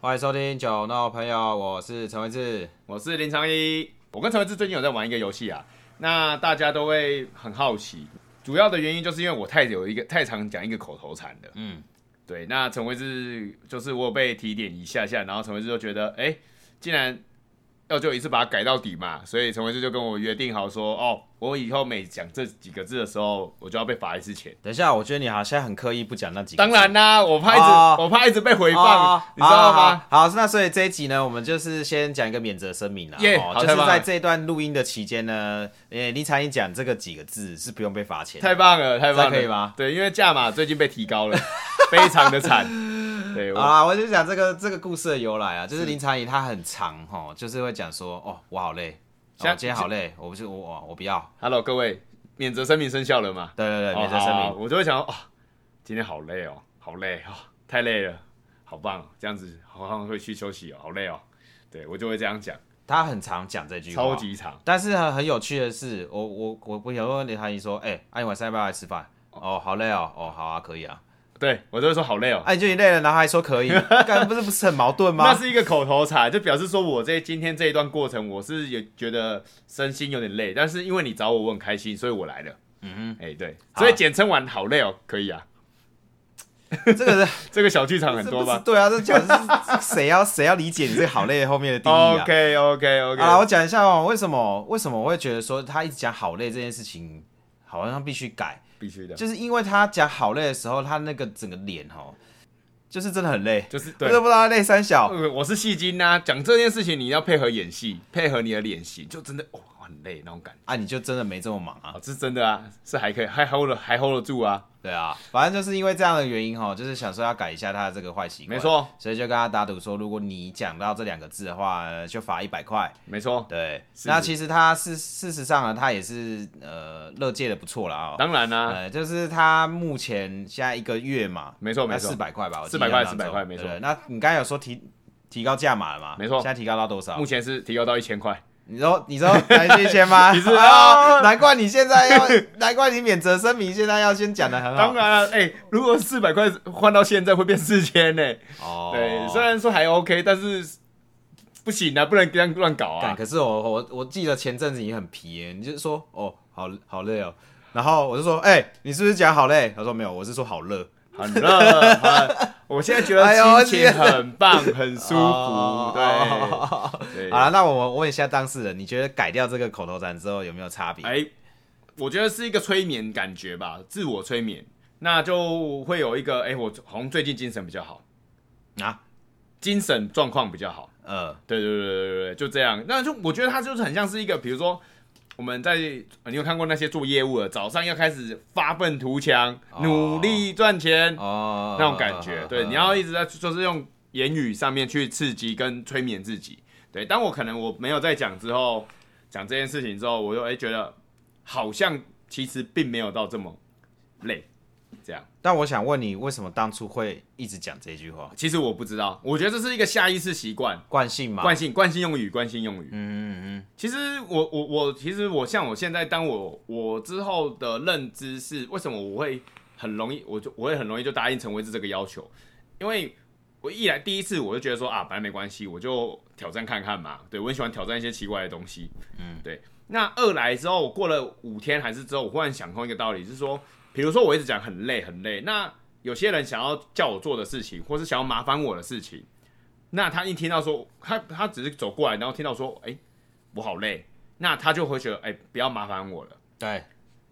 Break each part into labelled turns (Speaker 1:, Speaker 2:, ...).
Speaker 1: 欢迎收听酒闹朋友，我是陈文志。
Speaker 2: 我是林长一。我跟陈文志最近有在玩一个游戏啊，那大家都会很好奇，主要的原因就是因为我太有一个太常讲一个口头禅了。
Speaker 1: 嗯，
Speaker 2: 对，那陈文志就是我有被提点一下下，然后陈文志就觉得，哎、既然要就一次把它改到底嘛，所以陈文志就跟我约定好说，哦，我以后每讲这几个字的时候，我就要被罚一次钱。
Speaker 1: 等一下，我觉得你好，现在很刻意不讲那几个字。啊
Speaker 2: 当然啦、我怕一直、
Speaker 1: 哦
Speaker 2: 我怕一直被回放，
Speaker 1: 哦
Speaker 2: 你知道吗？？
Speaker 1: 好好，好那所以这一集呢，我们就是先讲一个免责声明啦。
Speaker 2: 耶
Speaker 1: 哦
Speaker 2: 好
Speaker 1: 就是
Speaker 2: 太棒了
Speaker 1: 在这一段录音的期间呢，诶，林长英讲这个几个字是不用被罚钱的。
Speaker 2: 太棒了，太棒
Speaker 1: 这样
Speaker 2: 了，
Speaker 1: 可以吗？
Speaker 2: 对，因为价码最近被提高了， 非常的惨。对，
Speaker 1: 好
Speaker 2: 我
Speaker 1: 啊啦，我就讲这个这个故事的由来啊，
Speaker 2: 嗯
Speaker 1: 就是林长英他很长哈，哦就是会讲说，哦，我好累，哦
Speaker 2: 现在
Speaker 1: 我今天好累，我不是我我我不要，
Speaker 2: Hello 各位，免责声明生效了嘛？
Speaker 1: 对对对，免责
Speaker 2: 哦
Speaker 1: 声
Speaker 2: 好好
Speaker 1: 明。
Speaker 2: 我就会想哦，今天好累哦，好累哦，太累了，好棒、哦，这样子好像会去休息哦，好累哦。对我就会这样讲，
Speaker 1: 他很常讲这句话，
Speaker 2: 超级长。
Speaker 1: 但是很很有趣的是，我我我我有问李涵怡说，哎、阿、啊、你晚上要不要来吃饭？哦，好累哦，哦，好啊，可以啊。
Speaker 2: 对我就会说好累哦，
Speaker 1: 哎、你就你累了，然后还说可以，干不是不是很矛盾
Speaker 2: 那
Speaker 1: 吗？
Speaker 2: 是一个口头禅，就表示说我这今天这一段过程，我是也觉得身心有点累，但是因为你找我，我很开心，所以我来了。
Speaker 1: 嗯
Speaker 2: 哎、对，
Speaker 1: 好
Speaker 2: 所以简称完好累哦，可以啊。
Speaker 1: 哼， 这个是
Speaker 2: 这个小剧 场很多
Speaker 1: 这不是
Speaker 2: 吧
Speaker 1: 对啊，这讲是 谁要谁要理解你这个好累后面的定义啊？
Speaker 2: ？OK OK
Speaker 1: 好
Speaker 2: OK，
Speaker 1: 啦，我讲一下哦，为什么为什么我会觉得说他一直讲好累这件事情，好像必须改，
Speaker 2: 必须的，就
Speaker 1: 就是因为他讲好累的时候，他那个整个脸哦，就是真的很累，
Speaker 2: 是
Speaker 1: 我
Speaker 2: 对
Speaker 1: 都。不知道他累三小。
Speaker 2: 呃我是戏精呐、讲这件事情你要配合演戏，配合你的脸型，就真的哦很累那种感觉。
Speaker 1: 啊，你就真的没这么忙啊
Speaker 2: 啊，？这是真的啊，是还可以，还 hold 得还 hold 得住啊，
Speaker 1: 对啊，反正就是因为这样的原因哈，就是想说要改一下他的这个坏习惯。
Speaker 2: 没，错
Speaker 1: 所以就跟他打赌说，如果你讲到这两个字的话，呃就罚一百块。
Speaker 2: 没错，
Speaker 1: 对，
Speaker 2: 是
Speaker 1: 那其实他事事实上呢，他也是呃乐界的不错啦啊、哦。
Speaker 2: 当然啦、
Speaker 1: 呃，就是他目前现在一个月嘛，
Speaker 2: 没错没错
Speaker 1: 四百块吧，我记
Speaker 2: 400
Speaker 1: 得
Speaker 2: 块
Speaker 1: 当中
Speaker 2: 400块没错
Speaker 1: 对那你刚才有说提提高价码了嘛？
Speaker 2: 没错
Speaker 1: 现在提高到多少
Speaker 2: 目？前是提高到一千块，
Speaker 1: 你说你说来这些吗？
Speaker 2: 你是哦
Speaker 1: 啊， 难怪你现在要，难怪你免责声明现在要先讲的很好。
Speaker 2: 当然了、哎、如果四百块换到现在会变四千呢，
Speaker 1: 哦，
Speaker 2: 对，虽然说还 OK，但是不行啊，不能这样乱搞
Speaker 1: 干，
Speaker 2: 啊，
Speaker 1: 可是我我我记得前阵子你很皮耶，你就说哦，好好累哦，然后我就说，哎、你是不是讲好累？他说没有，我是说好热，
Speaker 2: 很热，很，我现在觉
Speaker 1: 哎呦
Speaker 2: 得心
Speaker 1: 我
Speaker 2: 情
Speaker 1: 觉得
Speaker 2: 很棒，很舒服
Speaker 1: 哦，
Speaker 2: 对。对
Speaker 1: 好了，那我问一下当事人，你觉得改掉这个口头禅之后有没有差别？
Speaker 2: 哎，我觉得是一个催眠感觉吧，自我催眠，那就会有一个哎，我好像最近精神比较好，
Speaker 1: 啊，
Speaker 2: 精神状况比较好。
Speaker 1: 呃，
Speaker 2: 对对对对对对，就这样。那就我觉得它就是很像是一个，比如说我们在呃你有看过那些做业务的，早上要开始发愤图强，
Speaker 1: 哦
Speaker 2: 努力赚钱、
Speaker 1: 哦，
Speaker 2: 那种感觉。
Speaker 1: 呃
Speaker 2: 对，你要一直在就是用言语上面去刺激跟催眠自己。对，当我可能我没有在讲之后，讲这件事情之后，我就哎、觉得好像其实并没有到这么累。这样，
Speaker 1: 但我想问你，为什么当初会一直讲这句话？
Speaker 2: 其实我不知道，我觉得这是一个下意识习惯、
Speaker 1: 惯性嘛？
Speaker 2: 惯性、惯性用语、惯性用语。
Speaker 1: 嗯嗯嗯，
Speaker 2: 其实我我我，其实我像我现在，当我我之后的认知是，为什么我会很容易，我就我会很容易就答应陈维志这个要求，因为我一来第一次我就觉得说啊，反正没关系，我就挑战看看嘛。对我很喜欢挑战一些奇怪的东西，
Speaker 1: 嗯，
Speaker 2: 对。那二来之后，我过了五天还是之后，我忽然想通一个道理，就是说，比如说我一直讲很累很累，那有些人想要叫我做的事情，或是想要麻烦我的事情，那他一听到说他他只是走过来，然后听到说，哎、我好累，那他就会觉得，哎、不要麻烦我了。
Speaker 1: 对，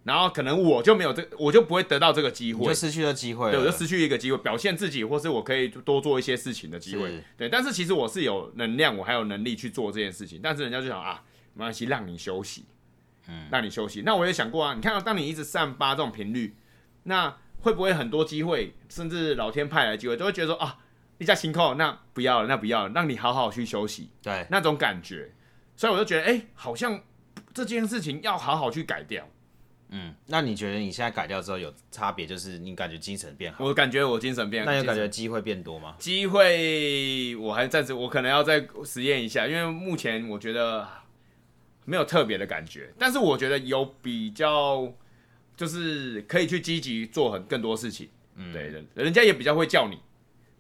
Speaker 2: 然后可能我就没有这，我就不会得到这个机
Speaker 1: 你
Speaker 2: 会
Speaker 1: 就，呃失去了机会了，
Speaker 2: 对，我就失去一个机会，表现自己，或是我可以多做一些事情的机会
Speaker 1: 是。
Speaker 2: 对，但是其实我是有能量，我还有能力去做这件事情，但是人家就想啊，没关系，让你休息，
Speaker 1: 嗯，
Speaker 2: 让你休息。那我也想过啊，你看到当你一直散发这种频率，那会不会很多机会，甚至老天派来的机会，都会觉得说啊，一家情扣，那不要了，那不要了，让你好好去休息
Speaker 1: 对，
Speaker 2: 那种感觉。所以我就觉得，哎、好像这件事情要好好去改掉。
Speaker 1: 嗯，那你觉得你现在改掉之后有差别，就是你感觉精神变好，
Speaker 2: 我感觉我精神变，
Speaker 1: 那有感
Speaker 2: 精神
Speaker 1: 觉机会变多吗？
Speaker 2: 机会，我还暂时我可能要再实验一下，因为目前我觉得没有特别的感觉，但是我觉得有比较，就是可以去积极做很更多事情。嗯，对，人人家也比较会叫你，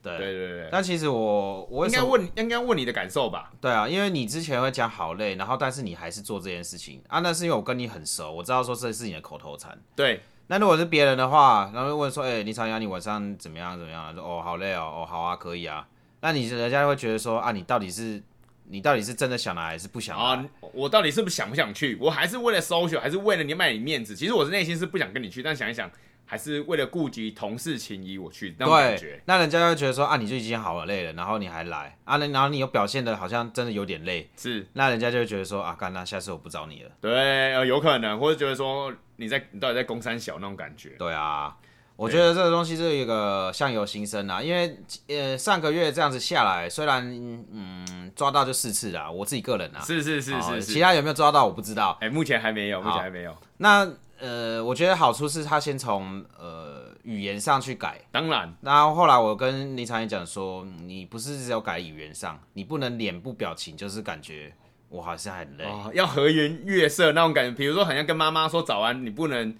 Speaker 1: 对
Speaker 2: 对对对，
Speaker 1: 但其实我我为
Speaker 2: 应
Speaker 1: 什
Speaker 2: 该
Speaker 1: 么
Speaker 2: 问应该问你的感受吧？
Speaker 1: 对啊，因为你之前会讲好累，然后但是你还是做这件事情啊，那是因为我跟你很熟，我知道说这是你的口头禅。
Speaker 2: 对，
Speaker 1: 那如果是别人的话，然后就问说，哎、欸，李长阳，你晚上怎么样怎么样？说哦，好累哦，哦，好啊，可以啊。那你人家会觉得说啊，你到底是你到底是真的想来还是不想来？
Speaker 2: 啊，我到底是不是想不想去？我还是为了 social，还是为了你卖你面子？其实我是内心是不想跟你去，但想一想，还是为了顾及同事情谊，我去那种感
Speaker 1: 对
Speaker 2: 觉。，
Speaker 1: 那人家会觉得说啊，你就已经好累了，然后你还来啊，那然后你又表现的好像真的有点累，
Speaker 2: 是
Speaker 1: 那人家就会觉得说啊，干那下次我不找你了。
Speaker 2: 对，呃，有可能，或者觉得说你在你到底在攻山小那种感觉。
Speaker 1: 对啊，我觉得这个东西是一个相由心生啊，因为呃上个月这样子下来，虽然嗯抓到就四次啦，我自己个人啊，
Speaker 2: 是是是
Speaker 1: 哦
Speaker 2: 是
Speaker 1: 其
Speaker 2: 是，
Speaker 1: 他有没有抓到我不知道。
Speaker 2: 哎，目前还没有，目
Speaker 1: 好
Speaker 2: 前还没有。
Speaker 1: 那呃，我觉得好处是他先从呃语言上去改。
Speaker 2: 当然，
Speaker 1: 然后后来我跟林长也讲说，你不是只有改语言上，你不能脸部表情，就是感觉我好像很累。
Speaker 2: 哦，要和颜悦色那种感觉，比如说很像跟妈妈说早安，你不能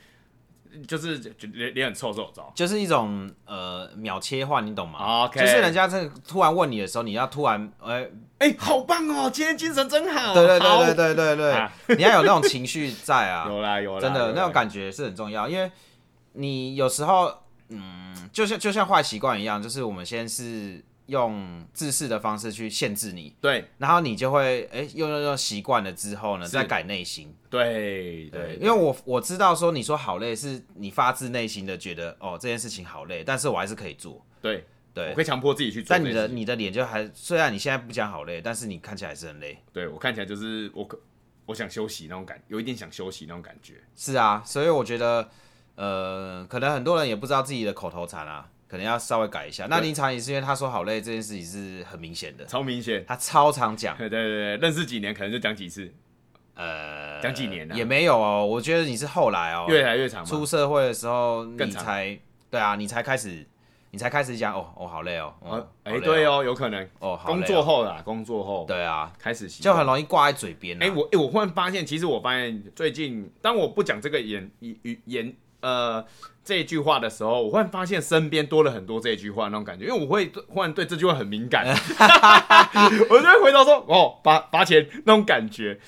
Speaker 2: 就是就脸脸很臭臭糟。
Speaker 1: 就是一种呃秒切换，你懂吗
Speaker 2: 哦 OK
Speaker 1: 就是人家这突然问你的时候，你要突然哎、
Speaker 2: 哎、好棒哦！今天精神真 好。
Speaker 1: 对对
Speaker 2: 好
Speaker 1: 对对对对
Speaker 2: 啊
Speaker 1: 对，你要有那种情绪在啊，
Speaker 2: 有啦有啦，
Speaker 1: 真
Speaker 2: 有
Speaker 1: 的
Speaker 2: 啦
Speaker 1: 那种感觉是很重要，因为你有时候，嗯，就像就像坏习惯一样，就是我们先是用自视的方式去限制你，
Speaker 2: 对
Speaker 1: 然后你就会哎、用用用习惯了之后呢，
Speaker 2: 是
Speaker 1: 再改内心。
Speaker 2: 对
Speaker 1: 对，
Speaker 2: 对，
Speaker 1: 因为我我知道说你说好累，是你发自内心的觉得哦这件事情好累，但是我还是可以做。
Speaker 2: 对我
Speaker 1: 对
Speaker 2: 可，以强迫自己去做
Speaker 1: 但
Speaker 2: 这
Speaker 1: 你
Speaker 2: 件
Speaker 1: 的
Speaker 2: 事情。
Speaker 1: 你的脸就还，虽然你现在不讲好累，但是你看起来还是很累。
Speaker 2: 对我看起来就是我可我想休息那种感，有一点想休息那种感觉。
Speaker 1: 是啊，所以我觉得，呃，可能很多人也不知道自己的口头禅啊，可能要稍微改一下。那林长也是因为他说好累这件事情是很明显的，
Speaker 2: 超明显。
Speaker 1: 他超常讲，
Speaker 2: 对对对，对认识几年可能就讲几次，
Speaker 1: 呃，
Speaker 2: 讲几年啊
Speaker 1: 也没有哦。我觉得你是后来哦，
Speaker 2: 越来越长嘛
Speaker 1: 出。社会的时候
Speaker 2: 更
Speaker 1: 你
Speaker 2: 长
Speaker 1: 才对啊，你才开始，你才开始讲哦，我、哦、好累哦，哦
Speaker 2: 哦，哎、
Speaker 1: 好累
Speaker 2: 对
Speaker 1: 哦，
Speaker 2: 哦，有可能。
Speaker 1: 哦，好累哦
Speaker 2: 工作，后啦，工作后
Speaker 1: 对啊，
Speaker 2: 开始习
Speaker 1: 就
Speaker 2: 惯
Speaker 1: 很容易挂在嘴边、啊。
Speaker 2: 哎、我哎、我忽然发现，其实我发现最近，当我不讲这个言语言呃这一句话的时候，我忽然发现身边多了很多这一句话那种感觉，因为我会忽然对这句话很敏感， 我就会回头说哦罚罚钱那种感觉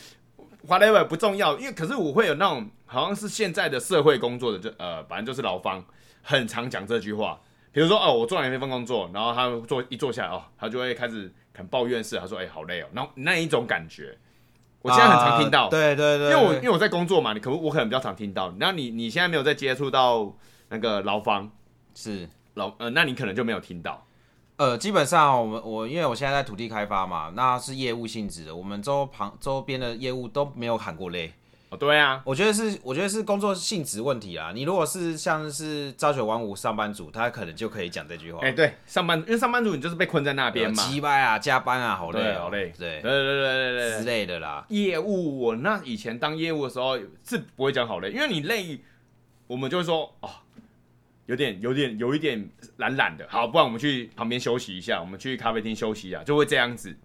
Speaker 2: ，whatever 不重要，因为可是我会有那种好像是现在的社会工作的就呃反正就是劳方很常讲这句话。比如说哦，我做完一份工作，然后他做一坐下来哦，他就会开始很抱怨式，他说：“哎、好累哦。”然后那一种感觉，我现在很常听到，
Speaker 1: 啊对对对，
Speaker 2: 因为我
Speaker 1: 对
Speaker 2: 因为我在工作嘛，你可我可能比较常听到。那你你现在没有在接触到那个劳方
Speaker 1: 是。
Speaker 2: 劳呃，那你可能就没有听到。
Speaker 1: 呃，基本上我们我因为我现在在土地开发嘛，那是业务性质的，我们周旁周边的业务都没有喊过累。
Speaker 2: 哦，对啊，
Speaker 1: 我觉得是我觉得是工作性质问题啦。你如果是像是朝九晚五上班族，他可能就可以讲这句话。
Speaker 2: 哎、对，上班因为上班族你就是被困在那边嘛，
Speaker 1: 鸡掰哦啊，加班啊，好累、
Speaker 2: 对，
Speaker 1: 哦，
Speaker 2: 好累，
Speaker 1: 对
Speaker 2: 对对对对
Speaker 1: 之
Speaker 2: 对对。
Speaker 1: 类的啦。
Speaker 2: 业务我那以前当业务的时候是不会讲好累，因为你累，我们就会说哦，有点有点有一点懒懒的，好，不然我们去旁边休息一下，我们去咖啡厅休息一下，就会这样子。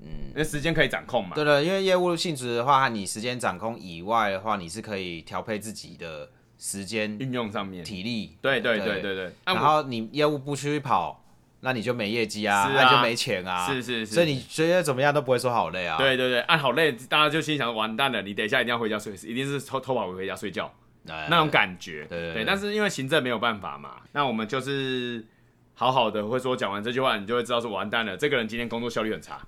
Speaker 2: 嗯，那时间可以掌控嘛？
Speaker 1: 对的，因为业务性质的话，你时间掌控以外的话，你是可以调配自己的时间、
Speaker 2: 运用上面。
Speaker 1: 体力，
Speaker 2: 对对
Speaker 1: 对
Speaker 2: 对对对，
Speaker 1: 然
Speaker 2: 啊，
Speaker 1: 后你业务不出去跑，那你就没业绩啊，
Speaker 2: 是
Speaker 1: 那你就
Speaker 2: 啊
Speaker 1: 没钱
Speaker 2: 我
Speaker 1: 啊。
Speaker 2: 是是是，
Speaker 1: 所以你觉得怎么样都不会说好累啊。，
Speaker 2: 对对对，按好累，大家就心想完蛋了，你等一下一定要回家睡，一定是偷偷跑回家睡觉
Speaker 1: 那
Speaker 2: 那种感觉。
Speaker 1: 呃对对对
Speaker 2: 但是因为行政没有办法嘛，那我们就是好好的会说讲完这句话，你就会知道说完蛋了，这个人今天工作效率很差，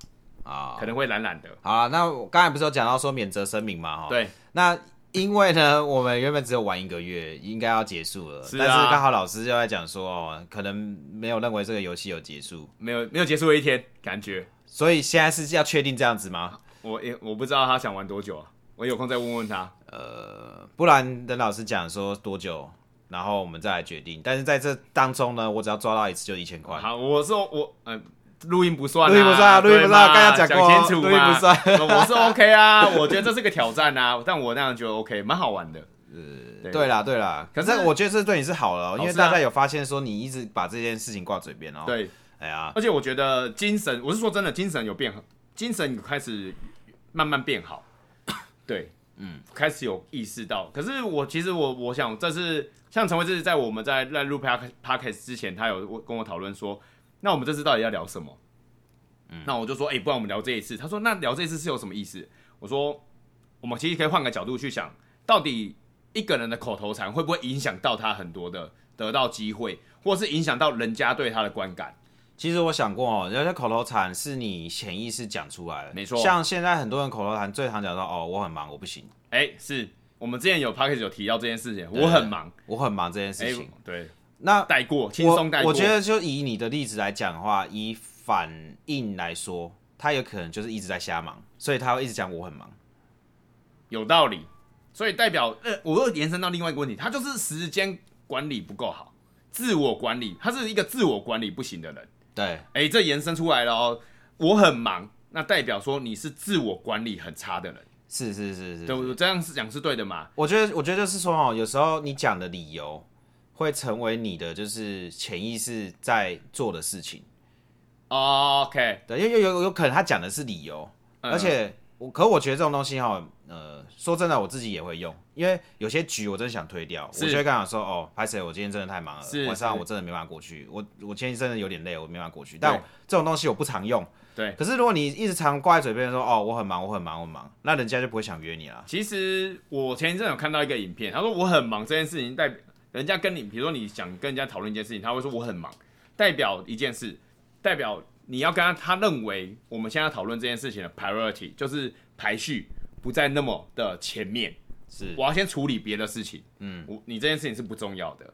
Speaker 1: 啊，
Speaker 2: 可能会懒懒的。
Speaker 1: 好啊。那我刚才不是有讲到说免责声明嘛，哈。。
Speaker 2: 对，
Speaker 1: 那因为呢，我们原本只有玩一个月，应该要结束了，
Speaker 2: 是啊
Speaker 1: 但是刚好老师就在讲说，哦，可能没有认为这个游戏有结束，
Speaker 2: 没有没有结束的一天，感觉
Speaker 1: 所以现在是要确定这样子吗？
Speaker 2: 我也我不知道他想玩多久啊，我有空再问问他。
Speaker 1: 呃，不然等老师讲说多久，然后我们再来决定。但是在这当中呢，我只要抓到一次就一千块。
Speaker 2: 好，我说我嗯。录音不算、
Speaker 1: 哦
Speaker 2: 啊，
Speaker 1: 录音不算啊录音不算啊
Speaker 2: 对嘛
Speaker 1: 刚刚讲过哦
Speaker 2: 清楚嘛，
Speaker 1: 录音不算
Speaker 2: 我是 OK 啊，我觉得这是个挑战啊，但我那样觉得 OK，蛮好 玩的。对
Speaker 1: 呃对啦，对啦，
Speaker 2: 可
Speaker 1: 可
Speaker 2: 是
Speaker 1: 是我觉得这对你是好了哦、因为
Speaker 2: 好事啊
Speaker 1: 大家有发现说你一直把这件事情挂嘴边哦。，
Speaker 2: 对，
Speaker 1: 哎呀，
Speaker 2: 而且我觉得精神，我是说真的，精神有变好，精神有开始慢慢变 好。对，嗯，开始有意识到。可是我其实我我想，这是像陈慧这是在我们在在录 p a r k p a r k 之前，他有跟我讨论说，那我们这次到底要聊什么？那我就说，哎、不然我们聊这一次。他说，那聊这一次是有什么意思？我说，我们其实可以换个角度去想，到底一个人的口头禅会不会影响到他很多的得到机会，或是影响到人家对他的观感？
Speaker 1: 其实我想过哦，人家口头禅是你潜意识讲出来的，
Speaker 2: 没错
Speaker 1: 像现在很多人口头禅最常讲说哦，我很忙，我不行，
Speaker 2: 哎、是我们之前有 p a c k a g e 有提到这件事情，我很忙，
Speaker 1: 我很忙这件事
Speaker 2: 哎、
Speaker 1: 情。
Speaker 2: 对，
Speaker 1: 那
Speaker 2: 带过，轻松带
Speaker 1: 我
Speaker 2: 过。
Speaker 1: 我觉得就以你的例子来讲的话，以反应来说，他有可能就是一直在瞎忙，所以他会一直讲我很忙。
Speaker 2: 有道理，所以代表呃，我又延伸到另外一个问题，他就是时间管理不够好，自我管理，他是一个自我管理不行的人。
Speaker 1: 对，
Speaker 2: 哎、这延伸出来了哦，我很忙，那代表说你是自我管理很差的人，
Speaker 1: 是是是是。
Speaker 2: 对不对？这样是讲是对的嘛？
Speaker 1: 我觉得，我觉得就是说哦，有时候你讲的理由会成为你的就是潜意识在做的事情。
Speaker 2: OK，
Speaker 1: 对，因为有有有可能他讲的是理由，
Speaker 2: 嗯
Speaker 1: 而且我可我觉得这种东西哈，呃，说真的，我自己也会用，因为有些局我真的想推掉，我
Speaker 2: 是
Speaker 1: 就会跟他讲说，哦，拍谁，我今天真的太忙了
Speaker 2: 是，
Speaker 1: 晚上
Speaker 2: 是
Speaker 1: 我真的没办法过去，我我今天真的有点累，我没办法过去。但
Speaker 2: 对
Speaker 1: 这种东西我不常用，
Speaker 2: 嗯对。
Speaker 1: 可是如果你一直常挂在嘴边说，哦，我很忙，我很忙，我很忙，那人家就不会想约你啦。
Speaker 2: 其实我前一阵有看到一个影片，他说我很忙这件事情代表人家跟你，比如说你想跟人家讨论一件事情，他会说我很忙，代表一件事，代表你要跟他，他认为我们现在讨论这件事情的 priority 就是排序不在那么的前面，
Speaker 1: 是
Speaker 2: 我要先处理别的事情，嗯，我你这件事情是不重要的，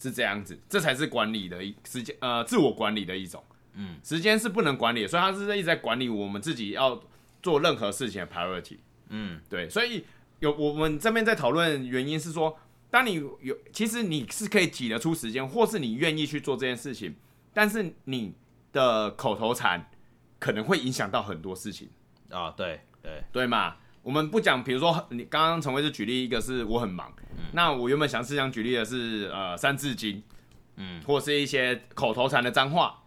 Speaker 2: 是这样子，这才是管理的一时间，呃，自我管理的一种，嗯，时间是不能管理的，所以他是一直在管理我们自己要做任何事情的 priority，嗯，对，所以有我们这边在讨论原因是说，当你有其实你是可以挤得出时间，或是你愿意去做这件事情，但是你的口头禅可能会影响到很多事情。
Speaker 1: 啊、对对，
Speaker 2: 对嘛？我们不讲，比如说你刚刚陈慧是举例一个是我很忙，
Speaker 1: 嗯
Speaker 2: 那我原本想是想举例的是呃《三字经》，嗯，或是一些口头禅的脏话，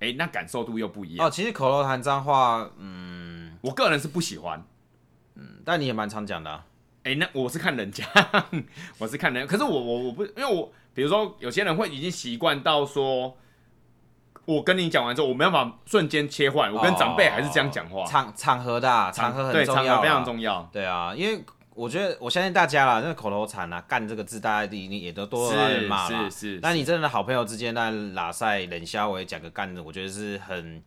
Speaker 2: 哎、那感受度又不一样。
Speaker 1: 哦，其实口头禅脏话，嗯，
Speaker 2: 我个人是不喜欢，
Speaker 1: 但你也蛮常讲的、啊，
Speaker 2: 哎、那我是看人家， 我是看人，可是我我我不，因为我比如说有些人会已经习惯到说，我跟你讲完之后，我没办法瞬间切换，我跟长辈还是这样讲话，
Speaker 1: 哦场场合的、啊、场合很
Speaker 2: 对
Speaker 1: 重
Speaker 2: 场
Speaker 1: 要啦，
Speaker 2: 合非常重要，
Speaker 1: 对啊，因为我觉得我相信大家啦，那个口头禅啊，干这个字，大家一定也都多多少少会骂
Speaker 2: 是
Speaker 1: 嘛
Speaker 2: 是。是，
Speaker 1: 那你真的好朋友之间，那拉塞冷笑话讲个干的，我觉得是很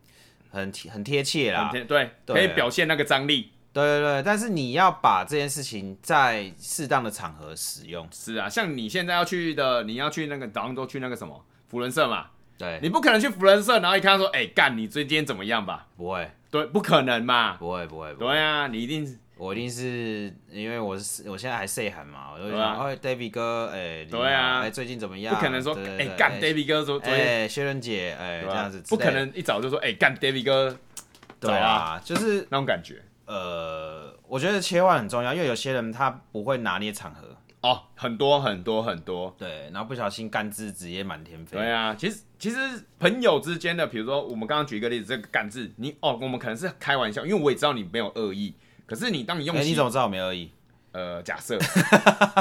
Speaker 1: 很贴很贴切啦。
Speaker 2: 很对，
Speaker 1: 对啊
Speaker 2: 可以表现那个张力。
Speaker 1: 对对对，但是你要把这件事情在适当的场合使用。
Speaker 2: 是啊，像你现在要去的，你要去那个杭州去那个什么福伦社嘛，
Speaker 1: 对，
Speaker 2: 你不可能去福伦社，然后一看他说，哎、干，你最近怎么样吧？
Speaker 1: 不会
Speaker 2: 对，不可能嘛。
Speaker 1: 不会不会不会，
Speaker 2: 对啊，你一定是
Speaker 1: 我一定是因为我是我现在还 say 喊嘛，我就会
Speaker 2: 对啊
Speaker 1: 想，哎，David 哥，哎，你
Speaker 2: 对啊
Speaker 1: 哎，最近怎么样？
Speaker 2: 不可能说，
Speaker 1: 对对
Speaker 2: 哎、
Speaker 1: 对
Speaker 2: 干，David 哥说昨天、
Speaker 1: 哎，薛仁姐，哎，这
Speaker 2: 对吧
Speaker 1: 样子之
Speaker 2: 不
Speaker 1: 类的，
Speaker 2: 可能一早就说，哎、干，David 哥
Speaker 1: 对啊，就是
Speaker 2: 那种感觉
Speaker 1: 呃，我觉得切换很重要，因为有些人他不会拿捏场合，
Speaker 2: 哦，很多很多很多。
Speaker 1: 对，然后不小心干字直接满天飞。
Speaker 2: 对啊，其实其实朋友之间的，比如说我们刚刚举一个例子，这个“干”字，你哦，我们可能是开玩笑，因为我也知道你没有恶意，可是你当你用
Speaker 1: 哎，
Speaker 2: 习
Speaker 1: 你怎么知道我没恶意？
Speaker 2: 呃，假 设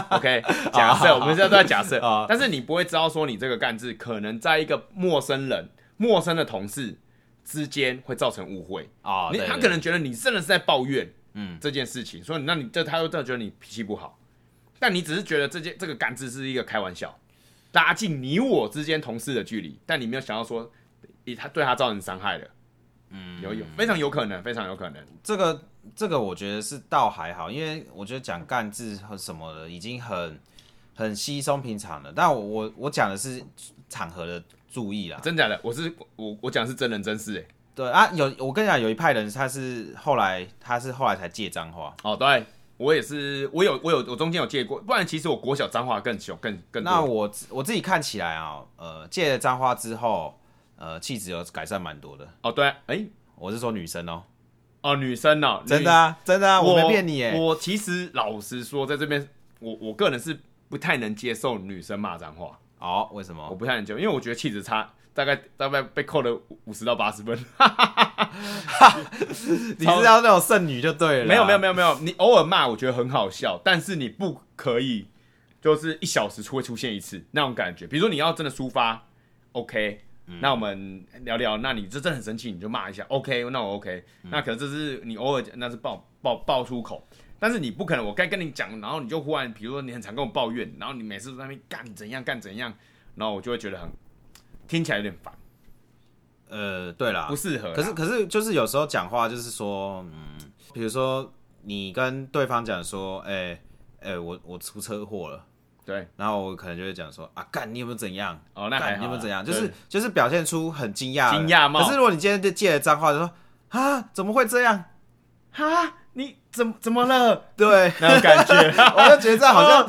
Speaker 2: ，OK，假设，我们现在都在假设
Speaker 1: 啊，
Speaker 2: 但是你不会知道说你这个干字可能在一个陌生人、陌生的同事之间会造成误会，
Speaker 1: 哦，
Speaker 2: 你
Speaker 1: 对
Speaker 2: 他
Speaker 1: 对
Speaker 2: 可能觉得你真的是在抱怨，嗯
Speaker 1: 嗯，
Speaker 2: 这件事情，所以那你这他又真的觉得你脾气不好，但你只是觉得这件这个干字是一个开玩笑，拉近你我之间同事的距离，但你没有想到说，你他对他造成伤害了，嗯，有有非常有可能，非常有可能，
Speaker 1: 这个这个我觉得是倒还好，因为我觉得讲干字和什么的已经很很稀松平常了。但我我我讲的是场合的注意啦。
Speaker 2: 真假的，我是我我讲的是真人真事、欸，
Speaker 1: 对啊，有我跟你讲，有一派人他是后来他是后来才戒脏话。
Speaker 2: 哦，对，我也是，我有我有我中间有借过，不然其实我国小脏话更凶更更
Speaker 1: 那
Speaker 2: 多。
Speaker 1: 我自我自己看起来啊、呃，戒了脏话之后，呃，气质有改善蛮多的。
Speaker 2: 哦，对，哎，
Speaker 1: 我是说女生哦，
Speaker 2: 哦，女生哦，
Speaker 1: 真的啊，真的啊，
Speaker 2: 女，
Speaker 1: 我没骗你耶。
Speaker 2: 我其实老实说，在这边，我我个人是不太能接受女生骂脏话，
Speaker 1: 哦，为什
Speaker 2: 我
Speaker 1: 么？
Speaker 2: 不太能接受，因为我觉得气质差，大概大概被扣了五十到八十分。
Speaker 1: 你是要那种剩女就对了。啊
Speaker 2: 没有没有
Speaker 1: 没
Speaker 2: 没有没有，你偶尔骂我觉得很好笑，但是你不可以就是一小时出会出现一次那种感觉。比如说你要真的抒发，OK，
Speaker 1: 嗯
Speaker 2: 那我们聊聊，那你这真的很生气，你就骂一下，OK，那我 OK，、那
Speaker 1: 嗯
Speaker 2: 可是这是你偶尔那是爆爆爆出口，但是你不可能，我该跟你讲，然后你就忽然，比如说你很常跟我抱怨，然后你每次都在那边干怎样干怎样，然后我就会觉得很听起来有点烦，
Speaker 1: 呃，对啦
Speaker 2: 不，适合啦。
Speaker 1: 可是可是就是有时候讲话就是说，嗯，比如说你跟对方讲说，哎、哎、我我出车祸了，
Speaker 2: 对，
Speaker 1: 然后我可能就会讲说，啊，干你有没有怎样？
Speaker 2: 哦，那
Speaker 1: 干
Speaker 2: 还好
Speaker 1: 你
Speaker 2: 啦，
Speaker 1: 有没有怎样？就
Speaker 2: 对
Speaker 1: 是就是表现出很惊讶的，
Speaker 2: 惊讶嘛
Speaker 1: 可是如果你今天就借了脏话，就说啊，怎么会这样？
Speaker 2: 哈，你怎怎 么了？
Speaker 1: 对，
Speaker 2: 那种感觉。
Speaker 1: 我就觉得这样好像， 哎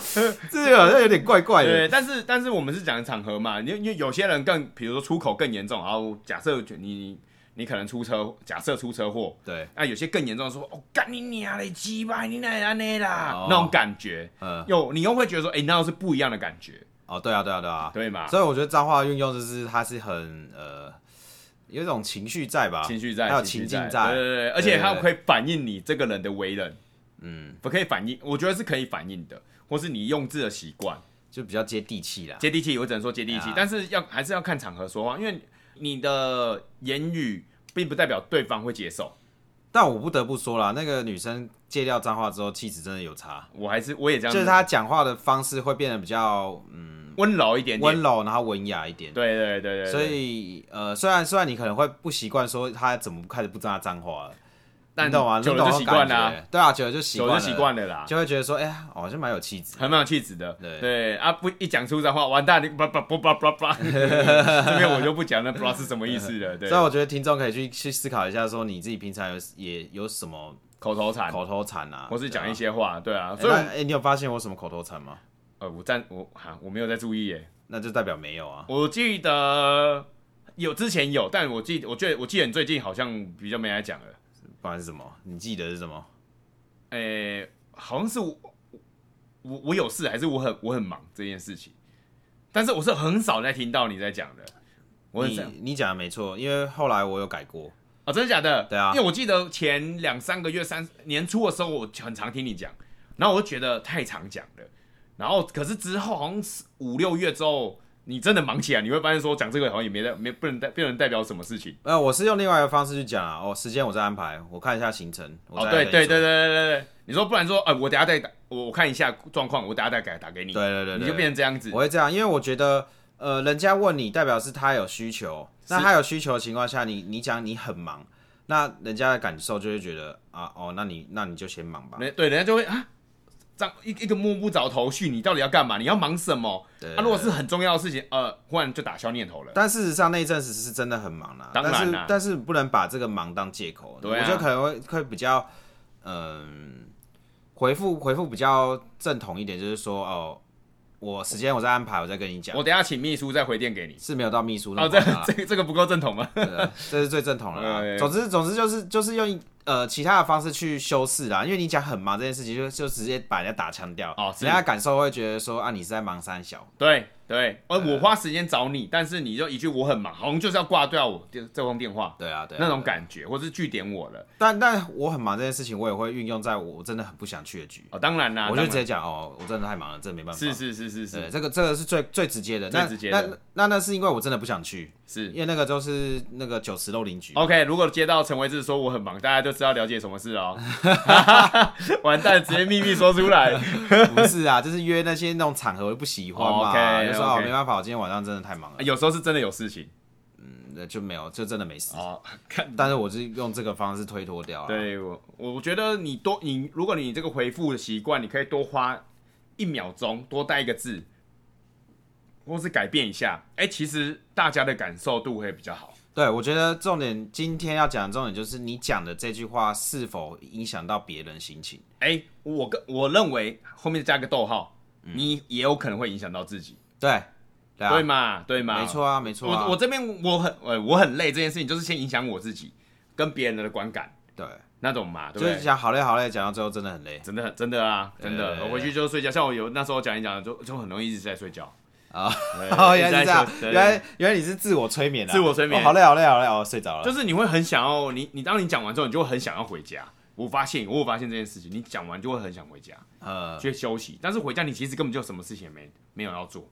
Speaker 1: 这个好像有点怪怪的。
Speaker 2: 哦对，但是但是我们是讲场合嘛，因为因为有些人更，比如说出口更严重，然后假设你你你可能出车，假设出车祸，
Speaker 1: 对，
Speaker 2: 那有些更严重的说，哦，干你娘嘞，鸡巴，你哪安内啦，
Speaker 1: 哦
Speaker 2: 那种感觉，
Speaker 1: 嗯，
Speaker 2: 又你又会觉得说，哎、那是不一样的感觉，
Speaker 1: 哦，对啊，对啊，对啊。
Speaker 2: 对嘛？
Speaker 1: 所以我觉得脏话运用就是它是很呃，有一种情绪在吧？
Speaker 2: 情绪在，
Speaker 1: 还有
Speaker 2: 情
Speaker 1: 情
Speaker 2: 绪
Speaker 1: 境
Speaker 2: 在，对
Speaker 1: 在。
Speaker 2: 对对，而且它
Speaker 1: 对对
Speaker 2: 可以反映你这个人的为人，
Speaker 1: 嗯，
Speaker 2: 不可以反映，我觉得是可以反映的，或是你用字的习惯。
Speaker 1: 就比较接地气啦。
Speaker 2: 接地气，我只能说接地气，
Speaker 1: 啊
Speaker 2: 但是要还是要看场合说话，因为你的言语并不代表对方会接受。
Speaker 1: 但我不得不说啦，那个女生戒掉脏话之后，气质真的有差，
Speaker 2: 我还是我也这样，
Speaker 1: 就是她讲话的方式会变得比较嗯
Speaker 2: 温柔一点点，
Speaker 1: 温柔，然后文雅一点。
Speaker 2: 对对对对，
Speaker 1: 所以呃，虽然虽然你可能会不习惯说她怎么开始不知道脏话了，
Speaker 2: 但
Speaker 1: 你懂吗？
Speaker 2: 久
Speaker 1: 你懂
Speaker 2: 了就
Speaker 1: 那
Speaker 2: 习
Speaker 1: 种
Speaker 2: 惯
Speaker 1: 感
Speaker 2: 啦，
Speaker 1: 觉，对啊，久了就习
Speaker 2: 久
Speaker 1: 惯
Speaker 2: 了
Speaker 1: 了，
Speaker 2: 就习惯了啊嗯啦，
Speaker 1: 就会觉得说，哎、呀，好像蛮有气质的。
Speaker 2: 很蛮有气质的。
Speaker 1: 对
Speaker 2: 对啊，不一讲出脏话，完蛋，你叭叭叭叭叭叭，这边我就不讲了，不知道是什么意思了。对
Speaker 1: 所，以我觉得听众可以去去思考一下，说你自己平常有也有什么
Speaker 2: 口头禅，
Speaker 1: 口头禅啊，
Speaker 2: 或是讲一
Speaker 1: 些。
Speaker 2: 些话，对啊。
Speaker 1: 哎、
Speaker 2: 所以
Speaker 1: 那
Speaker 2: 我，
Speaker 1: 哎、你有发现我有什么口头禅吗？
Speaker 2: 呃，我暂我哈，我没有在注意耶。
Speaker 1: 那就代表没有啊。
Speaker 2: 我记得有之前有，但我记我觉得我记得你最近好像比较没来讲了。
Speaker 1: 不然是什么？你记得是什么？
Speaker 2: 诶、好像是我我我有事，还是我很我很忙这件事情。但是我是很少在听到你在讲的，我很
Speaker 1: 你
Speaker 2: 少
Speaker 1: 你讲的没错，因为后来我有改过。
Speaker 2: 哦，真的假的？
Speaker 1: 对啊
Speaker 2: 因为我记得前两三个月、三年初的时候，我很常听你讲，然后我就觉得太常讲了，然后可是之后好像是五六月之后，你真的忙起来，你会发现说讲这个好像也没代没不能代不能代表什么事情。
Speaker 1: 呃，我是用另外一个方式去讲啊。哦，时间我再安排，我看一下行程。我
Speaker 2: 哦，
Speaker 1: 再
Speaker 2: 对
Speaker 1: 跟你
Speaker 2: 对对
Speaker 1: 说
Speaker 2: 对对对对，你说不然说，哎、我等下再打，我我看一下状况，我等下再改打给你，
Speaker 1: 对对对对，
Speaker 2: 你就变成这样子
Speaker 1: 我。会这样，因为我觉得，呃，人家问你，代表是他有需求。那他有需求的情况下，你你讲你很忙，那人家的感受就会觉得啊，哦，那你那你就先忙吧。
Speaker 2: 人对人家就会啊，这样一一个摸不着头绪，你到底要干嘛？你要忙什么？
Speaker 1: 对
Speaker 2: 啊，如果是很重要的事情，呃，忽然就打消念头了。
Speaker 1: 但事实上那一阵子是真的很忙啦、
Speaker 2: 当然
Speaker 1: 但
Speaker 2: 啦
Speaker 1: 是但是不能把这个忙当借口。
Speaker 2: 对啊
Speaker 1: 我觉得可能会会比较，嗯、回复回复比较正统一点，就是说哦，我时间我再安排，我再跟你讲
Speaker 2: 我。等一下请秘书再回电给你。
Speaker 1: 是没有到秘书那
Speaker 2: 哦，
Speaker 1: 么啊
Speaker 2: 这
Speaker 1: 夸张啦
Speaker 2: 这这个不够正统吗？
Speaker 1: 对啊这是最正统的
Speaker 2: 哎
Speaker 1: 啦。总之，总之就是就是用一呃其他的方式去修饰啦，因为你讲很忙这件事情就，就直接把人家打腔掉，
Speaker 2: 哦是
Speaker 1: 人家感受会觉得说啊，你是在忙三小。
Speaker 2: 对对，呃，我花时间找你，但是你就一句我很忙，好像就是要挂掉我这这通电话
Speaker 1: 对啊，对啊
Speaker 2: 那种。感觉，或是据点我了。
Speaker 1: 对啊但但我很忙这件事情，我也会运用在我真的很不想去的局，
Speaker 2: 哦，当然啦，
Speaker 1: 我就直
Speaker 2: 当
Speaker 1: 接
Speaker 2: 然
Speaker 1: 讲哦，我真的太忙了，这没办法。
Speaker 2: 是是是是
Speaker 1: 对，
Speaker 2: 是
Speaker 1: 这个这个是最最直接的。
Speaker 2: 最
Speaker 1: 那
Speaker 2: 直接的
Speaker 1: 那那那是因为我真的不想去，
Speaker 2: 是。
Speaker 1: 因为那个就是那个酒池肉林局。
Speaker 2: OK，如果接到陈维志说我很忙，大家就知道了解什么事了 哦。 完蛋，直接秘密说出来。
Speaker 1: 不是啊，就是约那些那种场合我就不喜欢嘛，
Speaker 2: OK，
Speaker 1: 就说哦
Speaker 2: OK 哎
Speaker 1: 没办法，我今天晚上真的太忙了。
Speaker 2: 有时候是真的有事情
Speaker 1: 那就没有，就真的没事。
Speaker 2: 哦，看
Speaker 1: 但是我是用这个方式推脱掉了。，啊
Speaker 2: 对我，我觉得你多你，如果你这个回复的习惯，你可以多花一秒钟，多带一个字，或是改变一下。哎、其实大家的感受度会比较好。
Speaker 1: 对我觉得重点今天要讲的重点就是你讲的这句话是否影响到别人心情。
Speaker 2: 哎、我跟我认为后面加个逗号，你也有可能会影响到自己，
Speaker 1: 对，嗯对啊，
Speaker 2: 对嘛？对嘛？
Speaker 1: 没错啊，没错啊。
Speaker 2: 我我这边我很呃我很累，这件事情就是先影响我自己跟别人的观感
Speaker 1: 对，
Speaker 2: 那种嘛，对不
Speaker 1: 就
Speaker 2: 对？
Speaker 1: 是讲好累好累，讲到最后真的很累
Speaker 2: 真的真的啊，真
Speaker 1: 对对
Speaker 2: 的，
Speaker 1: 对
Speaker 2: 我回去就睡觉。像我有那时候讲一讲，就就很容易一直在睡觉。
Speaker 1: 啊。
Speaker 2: 对
Speaker 1: 哦，原来是这样
Speaker 2: 一直在睡，对啊
Speaker 1: 原来原来你是自我催眠啊，
Speaker 2: 自我催眠
Speaker 1: 哦好累好累好累，哦，睡着了。
Speaker 2: 就是你会很想要你你当你讲完之后，你就会很想要回家。我发现我有发现这件事情，你讲完就会很想回家
Speaker 1: 呃，
Speaker 2: 去休息，但是回家你其实根本就什么事情也没没有要做，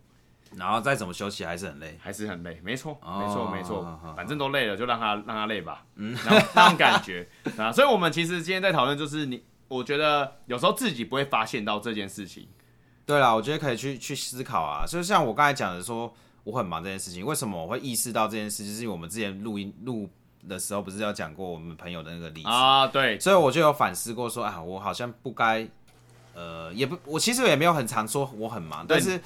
Speaker 1: 然后再怎么休息还是很累。
Speaker 2: 还是很累，没错，
Speaker 1: 哦
Speaker 2: 没错，没
Speaker 1: 好好
Speaker 2: 错，反正都累了，就让他让他累吧，嗯，然后 那种感觉啊，所以我们其实今天在讨论就是你，我觉得有时候自己不会发现到这件事情，
Speaker 1: 对啦，我觉得可以去去思考啊，就像我刚才讲的说，我很忙这件事情，为什么我会意识到这件事，就是因为我们之前录音录的时候不是有讲过我们朋友的那个例子，
Speaker 2: 啊，对，
Speaker 1: 所以我就有反思过说，啊，我好像不该，呃，也不，我其实也没有很常说我很忙，
Speaker 2: 对
Speaker 1: 但是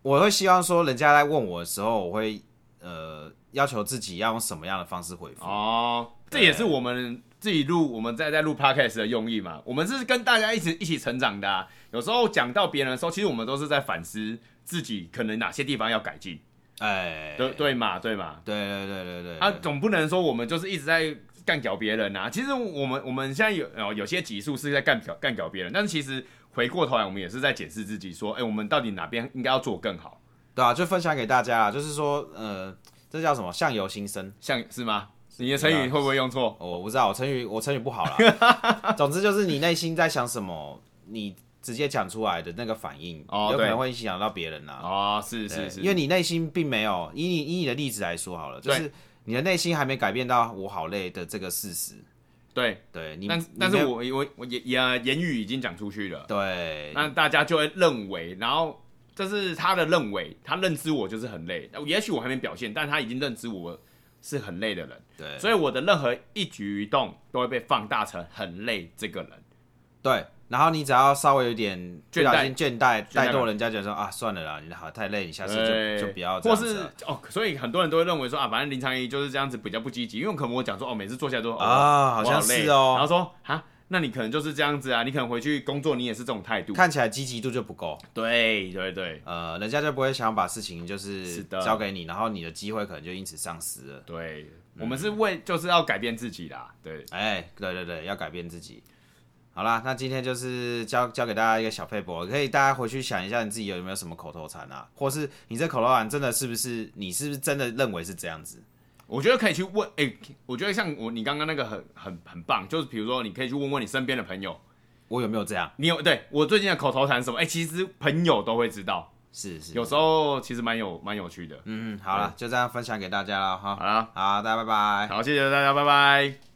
Speaker 1: 我会希望说，人家来问我的时候，我会呃要求自己要用什么样的方式回复。
Speaker 2: 哦，这也是我们自己录，我们在在录 podcast 的用意嘛。我们是跟大家一起一起成长的、啊。有时候讲到别人的时候，其实我们都是在反思自己可能哪些地方要改进。
Speaker 1: 哎、
Speaker 2: 对对嘛，对嘛。
Speaker 1: 对对对对对
Speaker 2: 啊，
Speaker 1: 对
Speaker 2: 总不能说我们就是一直在干掉别人啊。其实我们我们现在有呃有些集数是在干掉干掉别人，但是其实回过头来，我们也是在检视自己，说，哎、我们到底哪边应该要做更好？
Speaker 1: 对啊，就分享给大家啊，就是说，呃，这叫什么？相由心生。
Speaker 2: 像是吗？你的成语会不会用错？
Speaker 1: 哦我不知道，我成语我成语不好啦。 总之就是你内心在想什么，你直接讲出来的那个反应，
Speaker 2: 哦
Speaker 1: 有可能
Speaker 2: 对
Speaker 1: 会影响到别人啦、
Speaker 2: 哦，是
Speaker 1: 啊对
Speaker 2: 是是，
Speaker 1: 因为你内心并没有，以你以你的例子来说好了，就
Speaker 2: 对
Speaker 1: 是你的内心还没改变到“我好累”的这个事实。
Speaker 2: 对，
Speaker 1: 对你，
Speaker 2: 但
Speaker 1: 你
Speaker 2: 但是
Speaker 1: 没有
Speaker 2: 我我我也也言语已经讲出去了，
Speaker 1: 对
Speaker 2: 那大家就会认为，然后这是他的认为，他认知我就是很累。哦也许我还没表现，但他已经认知我是很累的人，
Speaker 1: 对
Speaker 2: 所以我的任何一举一动都会被放大成很累这个人。
Speaker 1: 对，然后你只要稍微有一点不
Speaker 2: 倦
Speaker 1: 小
Speaker 2: 怠
Speaker 1: 心倦怠，
Speaker 2: 倦怠
Speaker 1: 带
Speaker 2: 感
Speaker 1: 动人家觉得说啊，算了啦，你好太累，你下次
Speaker 2: 对
Speaker 1: 就就不要这
Speaker 2: 或
Speaker 1: 样子啊
Speaker 2: 是
Speaker 1: 了
Speaker 2: 哦，所以很多人都会认为说啊，反正林长怡就是这样子比较不积极，因为可能我讲说哦，每次坐下来都哦
Speaker 1: 啊，好
Speaker 2: 我
Speaker 1: 像
Speaker 2: 累
Speaker 1: 是
Speaker 2: 然后
Speaker 1: 哦，
Speaker 2: 说啊，那你可能就是这样子啊，你可能回去工作你也是这种态度，
Speaker 1: 看起来积极度就不够。
Speaker 2: 对对对
Speaker 1: 呃，人家就不会想把事情就是是
Speaker 2: 的
Speaker 1: 交给你，然后你的机会可能就因此丧失了。
Speaker 2: 对，我们是为就是要改变自己啦，对，
Speaker 1: 哎，对对对，要改变自己。好啦，那今天就是教教给大家一个小配博，可以大家回去想一下你自己有没有什么口头禅啊，或是你这口头禅真的是不是你是不是真的认为是这样子？
Speaker 2: 我觉得可以去问，哎、我觉得像我你刚刚那个很很很棒，就是比如说你可以去问问你身边的朋友，
Speaker 1: 我有没有这样？
Speaker 2: 你有对我最近的口头禅是什么？哎、其实朋友都会知道，
Speaker 1: 是是，
Speaker 2: 有时候其实蛮有蛮有趣的。
Speaker 1: 嗯，好了，就这样分享给大家了哈。
Speaker 2: 好啦，
Speaker 1: 好，大家拜拜。
Speaker 2: 好，谢谢大家，拜拜。